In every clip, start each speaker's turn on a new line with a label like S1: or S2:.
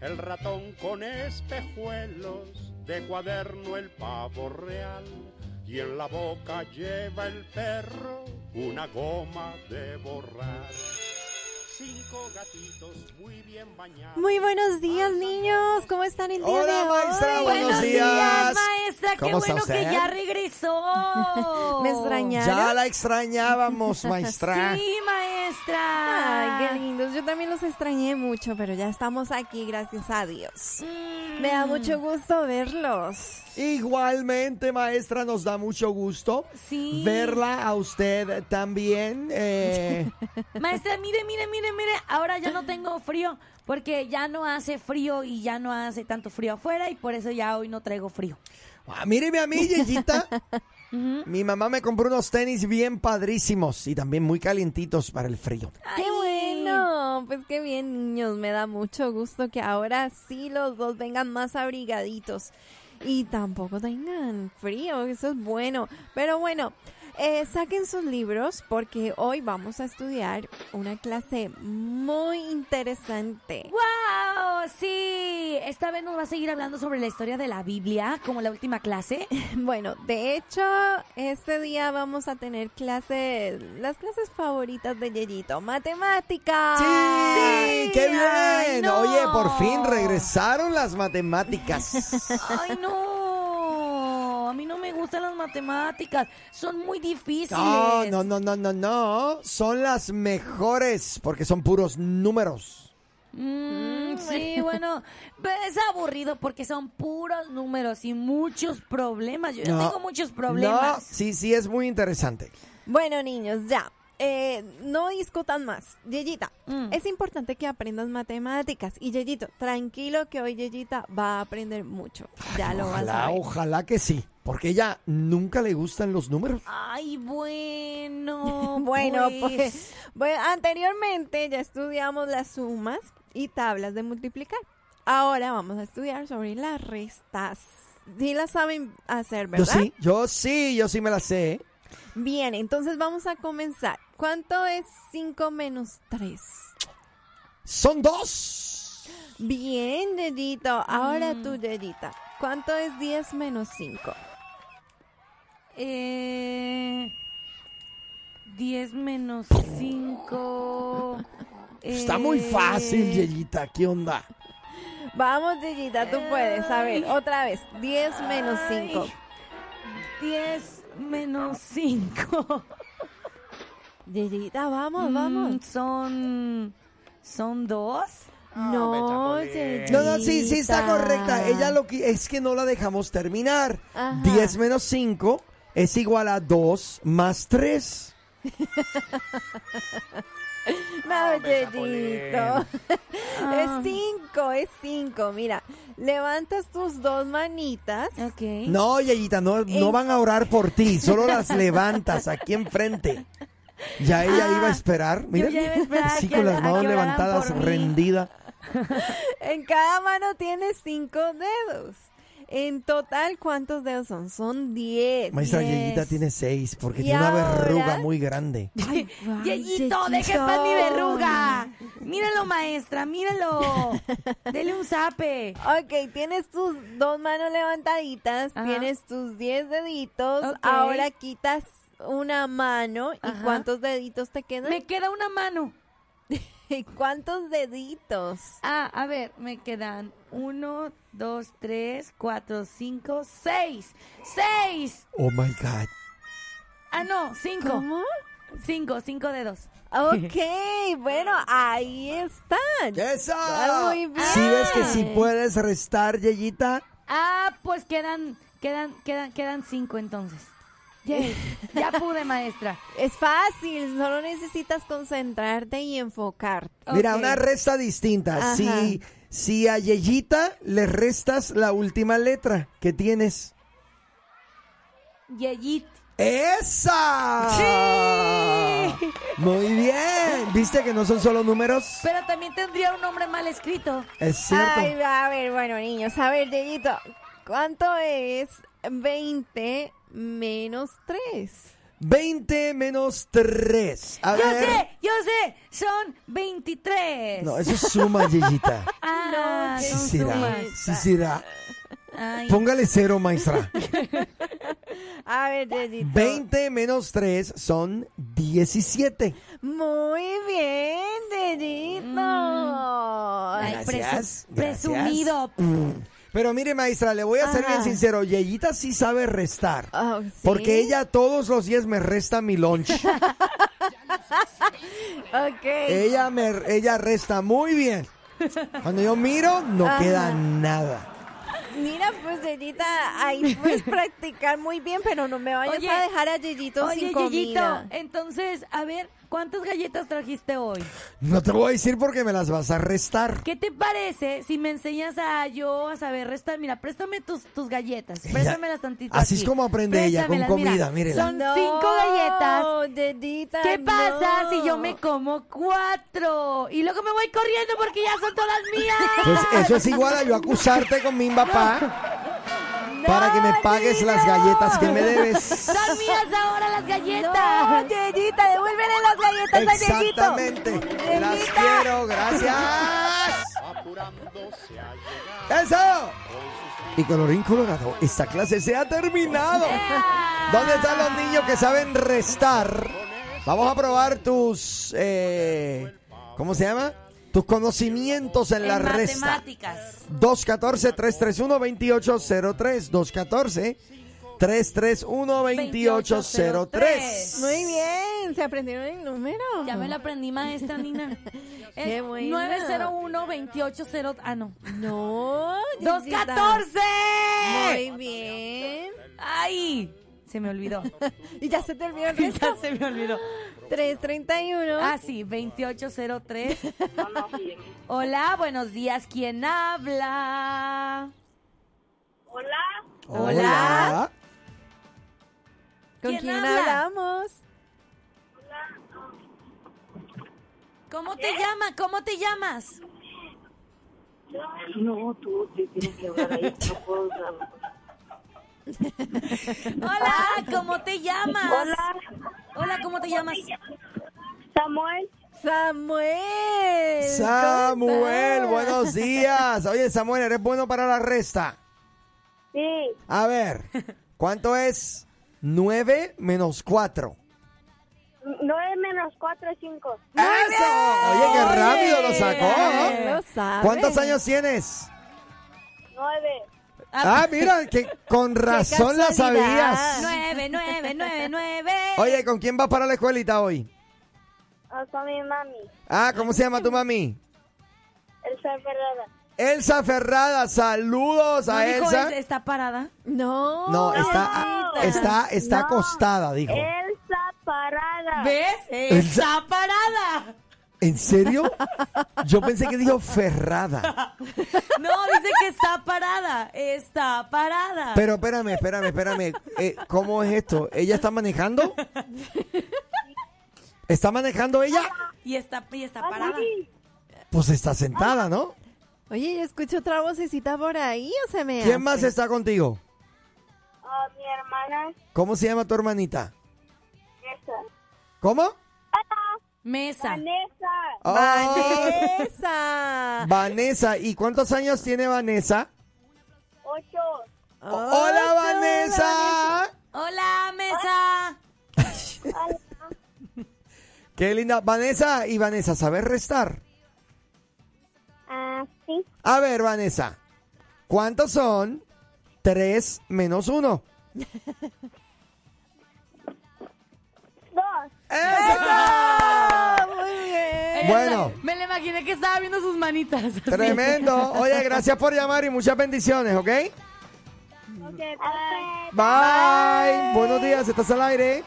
S1: El ratón con espejuelos, de cuaderno el pavo real, y en la boca lleva el perro una goma de borrar. Cinco gatitos muy bien bañados.
S2: Muy buenos días, niños. ¿Cómo están el día
S3: Hola,
S2: de hoy?
S3: maestra, buenos días.
S4: maestra. Qué
S3: ¿Cómo está
S4: bueno que
S3: usted?
S4: ya regresó.
S2: Me extrañaron.
S3: Ya la extrañábamos, maestra.
S4: Sí, maestra.
S2: Ay, qué lindos. Yo también los extrañé mucho, pero ya estamos aquí, gracias a Dios.
S4: Mm,
S2: Me da mucho gusto verlos.
S3: Igualmente, maestra, nos da mucho gusto
S4: Sí.
S3: verla a usted también. eh,
S4: Maestra, mire, mire, mire, mire. Ahora ya no tengo frío porque ya no hace frío y ya no hace tanto frío afuera y por eso ya hoy no traigo frío.
S3: ah, míreme a mí, Yeyita. Mi mamá me compró unos tenis bien padrísimos y también muy calientitos para el frío.
S2: ¡Qué bueno! Pues qué bien, niños. Me da mucho gusto que ahora sí los dos vengan más abrigaditos. Y tampoco tengan frío, eso es bueno. Pero bueno, eh, saquen sus libros porque hoy vamos a estudiar una clase muy interesante.
S4: ¡Wow! Sí. Esta vez nos va a seguir hablando sobre la historia de la Biblia, como la última clase.
S2: Bueno, de hecho, este día vamos a tener clases, las clases favoritas de Yeyito, matemáticas.
S3: ¡Sí! ¡Qué bien!
S4: Ah, ay, no.
S3: Oye, por fin regresaron las matemáticas.
S4: ¡Ay, no! A mí no me gustan las matemáticas. Son muy difíciles.
S3: No, no, no, no, no, no. Son las mejores porque son puros números.
S4: Mm, sí, bueno, pero es aburrido porque son puros números y muchos problemas. Yo ya
S3: No.
S4: tengo muchos
S3: No,
S4: problemas.
S3: sí, sí, es muy interesante.
S2: Bueno, niños, ya. Eh, no discutan más. Yeyita,
S4: Mm.
S2: es importante que aprendas matemáticas. Y Yeyito, tranquilo que hoy Yeyita va a aprender mucho. Ya lo vas a
S3: Ojalá,
S2: ver.
S3: ojalá que sí. Porque ella nunca le gustan los números.
S4: Ay, bueno.
S2: Bueno, pues, bueno, anteriormente ya estudiamos las sumas y tablas de multiplicar. Ahora vamos a estudiar sobre las restas. Sí las saben hacer, ¿verdad?
S3: Yo sí, yo sí, yo sí me la sé. ¿eh?
S2: Bien, entonces vamos a comenzar. ¿Cuánto es 5 menos 3?
S3: Son dos.
S2: Bien, Yeyito. Ahora tú, Yeyita. ¿Cuánto es 10 menos 5?
S4: Eh, 10 menos 5.
S3: Pues Está muy
S4: Eh.
S3: fácil, Yeyita. ¿Qué onda?
S2: Vamos, Yeyita, tú puedes. A ver, otra vez. 10 menos 5.
S4: 10 menos 5.
S2: Yeyita, vamos,
S4: Mm.
S2: vamos.
S4: Son. Son dos.
S2: No, Yeyita.
S3: Ah, No, no, sí, sí está correcta. Ella lo que es que no la dejamos terminar.
S2: Ajá.
S3: 10 menos 5 es igual a 2 más 3.
S2: No, Yeyito. Es
S4: Ah. Eh,
S2: 5, es 5. Mira, levantas tus dos manitas.
S4: Ok.
S3: No, Yeyita, no,
S4: Eh.
S3: no van a orar por ti. Solo las levantas aquí enfrente. Ya ella iba a esperar. Mira,
S4: Ah. ya iba a esperar
S3: sí,
S4: que
S3: con
S4: a
S3: las
S4: que
S3: manos
S4: oraran
S3: levantadas,
S4: por mí.
S3: rendida.
S2: En cada mano tienes 5 dedos. En total, ¿cuántos dedos son? Son 10.
S3: Maestra
S2: Yes.
S3: Yeyita tiene seis porque
S2: Y
S3: tiene una
S2: ahora-
S3: verruga muy grande.
S2: Ay, guau,
S4: Yeyito, deja en paz mi verruga. Míralo, maestra, míralo. Dele un zape.
S2: Ok, tienes tus dos manos levantaditas,
S4: Ajá.
S2: tienes tus 10 deditos.
S4: Ok.
S2: Ahora quitas una mano. ¿Y
S4: Ajá.
S2: cuántos deditos te quedan?
S4: Me queda una mano.
S2: ¿Y cuántos deditos?
S4: Ah, a ver, me quedan uno, dos, tres, cuatro, cinco, seis. ¡Seis!
S3: Oh my God.
S4: Ah, no, cinco. Cinco, cinco dedos.
S2: Ok, bueno, ahí está. Ah,
S3: ¡Esa!
S2: muy bien.
S3: Si ves que si puedes restar, Yeyita.
S4: Ah, pues quedan, quedan, quedan, quedan cinco entonces. Yay, ya pude, maestra.
S2: Es fácil, solo necesitas concentrarte y enfocarte.
S3: Mira,
S4: Ok.
S3: una resta distinta.
S2: Ajá.
S3: Si, Si a Yeyita le restas la última letra que tienes.
S4: Yeyit.
S3: ¡Esa!
S4: Sí.
S3: Muy bien. ¿Viste que no son solo números?
S4: Pero también tendría un nombre mal escrito.
S3: Es cierto.
S2: Ay, a ver, bueno, niños, a ver, Dieguito, ¿cuánto es 20 menos 3?
S3: 20 menos 3. A
S4: Yo
S3: ver.
S4: sé, yo sé, son 23.
S3: No, eso es suma, Yeyita.
S4: Ah,
S3: Sí
S4: son
S3: será.
S4: sumas.
S3: Sí será.
S4: Ay,
S3: Póngale cero, maestra.
S2: A ver, Dieguito.
S3: 20 menos 3 son 17.
S2: Muy bien, Dieguito.
S4: ay, presu-
S3: Gracias, gracias.
S4: Presumido.
S3: Pero mire, maestra, le voy a ser
S2: Ajá.
S3: bien sincero. Yeyita sí sabe restar.
S2: Oh, ¿sí?
S3: Porque ella todos los días me resta mi lunch.
S2: Ok.
S3: ella me ella resta muy bien. Cuando yo miro, no
S2: Ajá.
S3: queda nada.
S2: Mira, pues, Dieguita, ahí puedes practicar muy bien, pero no me vayas
S4: Oye,
S2: a dejar a Dieguito
S4: Oye,
S2: sin
S4: Yeyito,
S2: comida.
S4: entonces, a ver, ¿cuántas galletas trajiste hoy?
S3: No te voy a decir porque me las vas a restar.
S4: ¿Qué te parece si me enseñas a yo a saber restar? Mira, préstame tus, tus galletas, préstamelas tantito.
S3: así es
S4: aquí.
S3: como aprende ella, con
S4: Préstamelas,
S3: comida, mírela.
S4: Son cinco galletas.
S2: Dieguita,
S4: ¿Qué pasa
S2: no.
S4: si yo me como cuatro? Y luego me voy corriendo porque ya son todas mías.
S3: Pues
S2: Ah,
S3: eso es igual a yo acusarte con mi papá para que me pagues las galletas que me debes.
S4: Son mías ahora las
S2: No,
S4: galletas.
S2: Dieguita, devuélvele las galletas a Dieguito.
S3: Exactamente. Las
S2: Dieguita.
S3: quiero, gracias.
S1: apurándose a llegar
S3: ¡Eso! Y colorín colorado, esta clase se ha terminado. ¿Dónde están los niños que saben restar? Vamos a probar tus... eh, ¿Cómo se llama? Tus conocimientos en la
S4: En
S3: resta.
S4: matemáticas.
S3: 214-331-2803. 214-331-2803.
S2: Muy bien, se aprendieron el número.
S4: Ya me lo aprendí, maestra Nina.
S2: Qué
S4: Es
S2: buena.
S4: 901-280. Ah, no.
S2: No, Yeyita.
S4: ¡214!
S2: Muy bien.
S4: ¡Ay! Se me olvidó.
S2: Y ya se te olvidó el
S4: Ya
S2: resto.
S4: se me olvidó.
S2: 331.
S4: Ah, sí, 2803. Hola, buenos días. ¿Quién habla?
S5: Hola,
S4: Hola.
S2: ¿Con
S4: ¿quién
S2: quién,
S4: habla?
S2: hablamos?
S4: ¿Cómo te llama? ¿Cómo te llamas?
S5: no, tú te tienes que hablar ahí, no puedo hablar.
S4: Hola, ¿cómo te llamas?
S5: Hola,
S4: Ah. Hola, ¿cómo te llamas?
S5: Samuel,
S2: Samuel.
S3: Samuel,
S2: ¿Cómo estás?
S3: buenos días. Oye, Samuel, ¿eres bueno para la resta?
S5: sí,
S3: A ver, ¿cuánto es 9 menos 4?
S5: 9 menos 4 es 5,
S3: ¡Eso! Oye, qué
S4: Oye.
S3: rápido lo
S2: Ay,
S3: sacó.
S2: Lo sabe.
S3: ¿Cuántos años tienes?
S5: 9,
S3: Ah, mira, que con razón la
S2: casualidad.
S3: sabías.
S4: Nueve, nueve, nueve, nueve.
S3: Oye, ¿con quién vas para la escuelita hoy?
S5: hasta mi mami,
S3: Ah, ¿cómo se llama tu mami?
S5: el Ferrada.
S3: Elsa Ferrada, saludos
S4: ¿No
S3: a
S4: dijo
S3: Elsa.
S4: es- está parada.
S2: No.
S3: No, está,
S5: No.
S3: está, está
S5: No. Eh,
S3: acostada, dijo.
S5: Elsa Parada.
S4: ¿Ves? Está parada.
S3: ¿En serio? Yo pensé que dijo Ferrada.
S4: No, dice que está parada. Está parada.
S3: Pero espérame, espérame, espérame. Eh, ¿Cómo es esto? ¿Ella está manejando? ¿Está manejando ella?
S4: Y está, y está
S5: Ah,
S4: parada.
S5: sí.
S3: Pues está sentada, ¿no?
S2: Oye, yo escucho otra vocecita por ahí o se me hace?
S3: ¿Quién más está contigo?
S5: Ah, mi hermana,
S3: ¿Cómo se llama tu hermanita?
S5: Vanessa.
S3: ¿Cómo?
S4: Mesa.
S5: Vanessa,
S3: Oh,
S2: Vanessa.
S3: Vanessa. ¿Y cuántos años tiene Vanessa?
S5: 8,
S3: ¡Hola, Vanessa!
S4: Hola, mesa.
S3: Qué linda. Vanessa y Vanessa, ¿sabes restar?
S5: ah, sí,
S3: A ver, Vanessa, ¿cuántos son 3 menos 1?
S5: 2,
S3: ¡Eso!
S2: Muy bien.
S4: Ella
S3: Bueno.
S4: está- Eh, Me la imaginé que estaba viendo sus manitas. así.
S3: Tremendo. Oye, gracias por llamar y muchas bendiciones, ¿ok? Bye.
S5: ok, perfecto.
S3: Buenos días, estás al aire.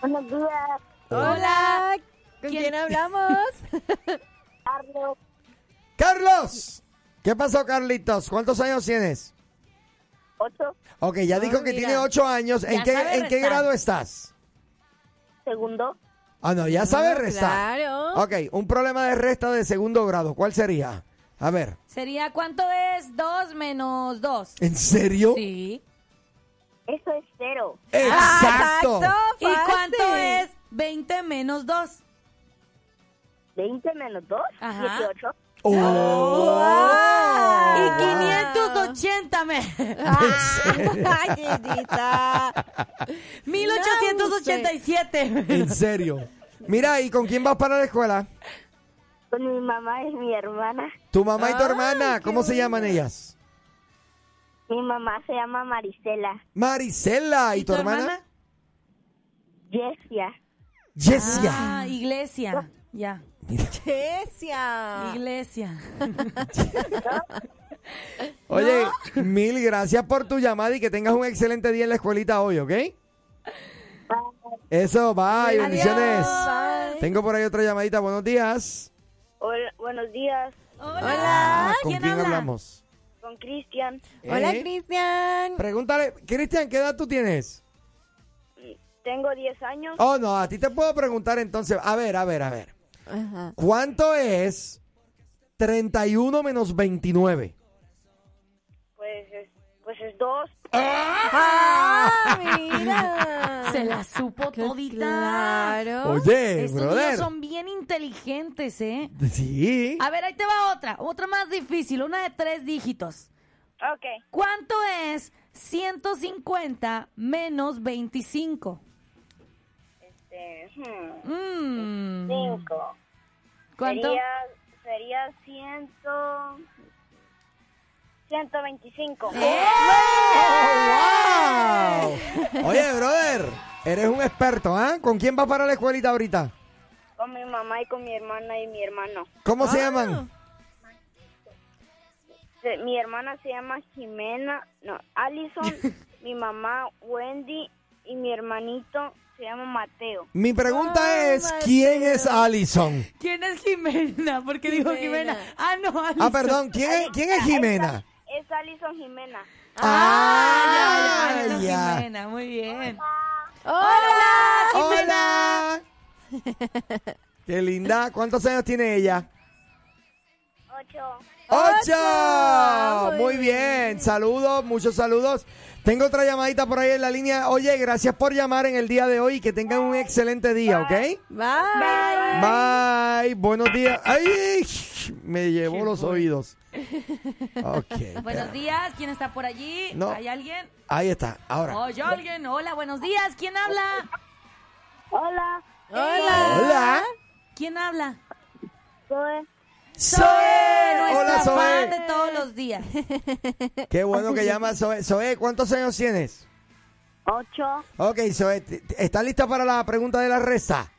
S5: Buenos días,
S4: Hola.
S2: ¿Con quién hablamos?
S5: Carlos.
S3: Carlos, ¿Qué pasó, Carlitos? ¿Cuántos años tienes?
S5: Ocho.
S3: Ok, ya dijo que
S4: mira.
S3: tiene ocho años. ¿En
S4: Ya
S3: qué,
S4: sabe
S3: ¿En qué
S4: restar.
S3: grado estás?
S5: Segundo.
S3: Ah, no, ya sabe
S2: No,
S3: restar.
S2: claro.
S3: Ok, un problema de resta de segundo grado. ¿Cuál sería? A ver.
S4: Sería, ¿cuánto es 2 menos 2?
S3: ¿En serio?
S4: Sí.
S5: Eso es cero.
S3: ¡Exacto!
S4: ¿Y cuánto es 20 menos 2?
S5: 20 menos 2,
S4: Ajá.
S5: 18.
S3: ¡Oh!
S4: Y
S2: Wow.
S4: 580 me.
S2: Ah, ¡Ay, querida!
S4: 1887.
S3: ¿En serio? Mira, ¿y con quién vas para la escuela?
S5: Con mi mamá es mi hermana.
S3: Tu mamá y tu hermana, ¿cómo se llaman ellas?
S5: Mi mamá se llama Marisela.
S3: Marisela, ¿y, tu, hermana?
S5: Jessia.
S3: Jessia.
S4: Ah, iglesia. Ya.
S3: Mira.
S2: ¡Checia!
S4: Iglesia.
S3: Oye, mil gracias por tu llamada y que tengas un excelente día en la escuelita hoy, ¿ok? Eso, bye, bendiciones.
S2: Bye.
S3: Tengo por ahí otra llamadita, buenos días.
S5: Hola, buenos días.
S3: Ah, ¿Con
S4: ¿quién
S3: quién,
S4: habla?
S3: hablamos?
S5: Con Cristian.
S2: Hola,
S3: Eh,
S2: Cristian.
S3: Pregúntale, Cristian, ¿qué edad tú tienes?
S5: Tengo 10 años.
S3: Oh, no, a ti te puedo preguntar entonces. A ver, a ver, a ver.
S2: Ajá.
S3: ¿Cuánto es 31 menos 29?
S5: Pues es, pues es 2.
S2: ¡Ah, mira!
S4: Se la supo todita.
S2: Ah. Claro.
S3: Oye,
S4: Estos niños
S3: brother.
S4: son bien inteligentes, ¿eh?
S3: Sí.
S4: A ver, ahí te va otra. Otra más difícil. Una de tres dígitos.
S5: Ok.
S4: ¿Cuánto es 150 menos 25?
S5: Este, hmm,
S4: Mm,
S5: cinco.
S4: ¿Cuánto?
S5: Sería, sería ciento... 125.
S3: ¡Oh, wow! Oye, brother, eres un experto, ¿ah? ¿Con quién vas para la escuelita ahorita?
S5: Con mi mamá y con mi hermana y mi hermano.
S3: ¿Cómo
S4: Ah.
S3: se llaman?
S5: Se- Mi hermana se llama Jimena, no, Allison, mi mamá Wendy y mi hermanito se llama Mateo.
S3: Mi pregunta
S2: Ay,
S3: es, ¿quién
S2: Mateo.
S3: es Allison?
S4: ¿Quién es Jimena? Porque dijo
S2: Jimena.
S4: Jimena. Ah, no.
S3: Ah,
S4: Alison.
S3: perdón, ¿quién es, quién es Jimena?
S5: Es Allison Jimena.
S4: Ah, ya, ya, Alison
S3: ya.
S4: Jimena. Muy bien.
S2: ¡Hola!
S3: ¡Hola! ¡Qué linda! ¿Cuántos años tiene ella?
S5: Ocho.
S3: ¡Ocho!
S2: Muy
S3: Muy bien, saludos, muchos saludos. Tengo otra llamadita por ahí en la línea. Oye, gracias por llamar en el día de hoy y que tengan un excelente día, ¿ok?
S2: Bye.
S3: Bye, buenos días. ¡Ay! Me llevó los oídos. Ok.
S4: Buenos días. ¿Quién está por allí?
S3: No.
S4: ¿Hay alguien?
S3: Ahí está, ahora.
S4: Oye, alguien. Hola, buenos días. ¿Quién habla?
S5: Hola,
S2: Hola.
S3: Hola.
S4: ¿Quién habla?
S5: soy
S3: Zoe. Hola,
S4: Nuestra fan
S3: Zoe.
S4: de todos los días.
S3: Qué bueno que llamas, Zoe. Zoe, ¿cuántos años tienes?
S5: ocho.
S3: Ok, Zoe, t- t- ¿estás lista para la pregunta de la resta?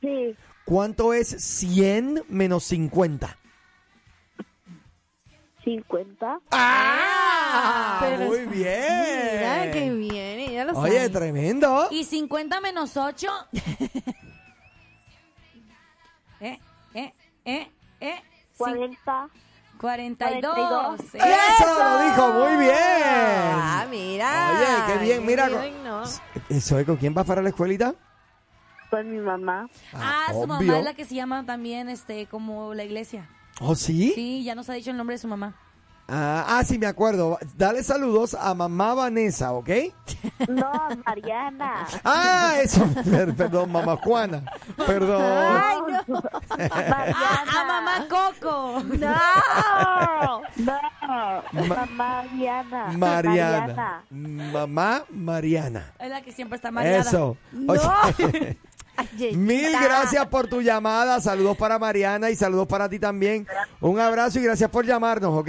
S5: Sí,
S3: ¿Cuánto es 100 menos 50?
S5: 50.
S3: ¡Ah!
S2: Pero
S3: Muy
S2: está-
S3: bien.
S2: Mira, que bien. Ella lo
S3: Oye,
S2: sabe.
S3: tremendo.
S4: ¿Y 50 menos 8? ¿Eh? ¿Eh? ¿Eh? ¿Eh? Cin-
S5: 40.
S4: 42.
S5: Eso.
S4: ¿eh?
S3: Eso lo dijo muy bien.
S2: Ah, mira.
S3: Oye, qué bien, mira.
S2: bien, ¿no?
S3: con- Zoe, ¿con quién vas para la escuelita?
S5: Con mi mamá.
S4: Ah, su
S3: obvio.
S4: mamá es la que se llama también este como la iglesia.
S3: ¿Oh, sí?
S4: Sí, ya nos ha dicho el nombre de su mamá.
S3: Ah, ah, sí, me acuerdo. Dale saludos a mamá Vanessa, ¿ok?
S5: No, Mariana.
S3: Ah, eso. per- Perdón, mamá Juana. Perdón.
S2: Ay, no.
S4: Ah,
S5: Mariana.
S4: a mamá Coco.
S2: No.
S5: No, mamá Diana.
S3: Mariana. Mamá Mariana.
S4: Es la que siempre está mareada.
S3: Eso.
S2: No.
S3: Oye,
S2: Ay,
S3: mil
S2: chiquita.
S3: gracias por tu llamada. Saludos para Mariana y saludos para ti también. Un abrazo y gracias por llamarnos, ¿ok?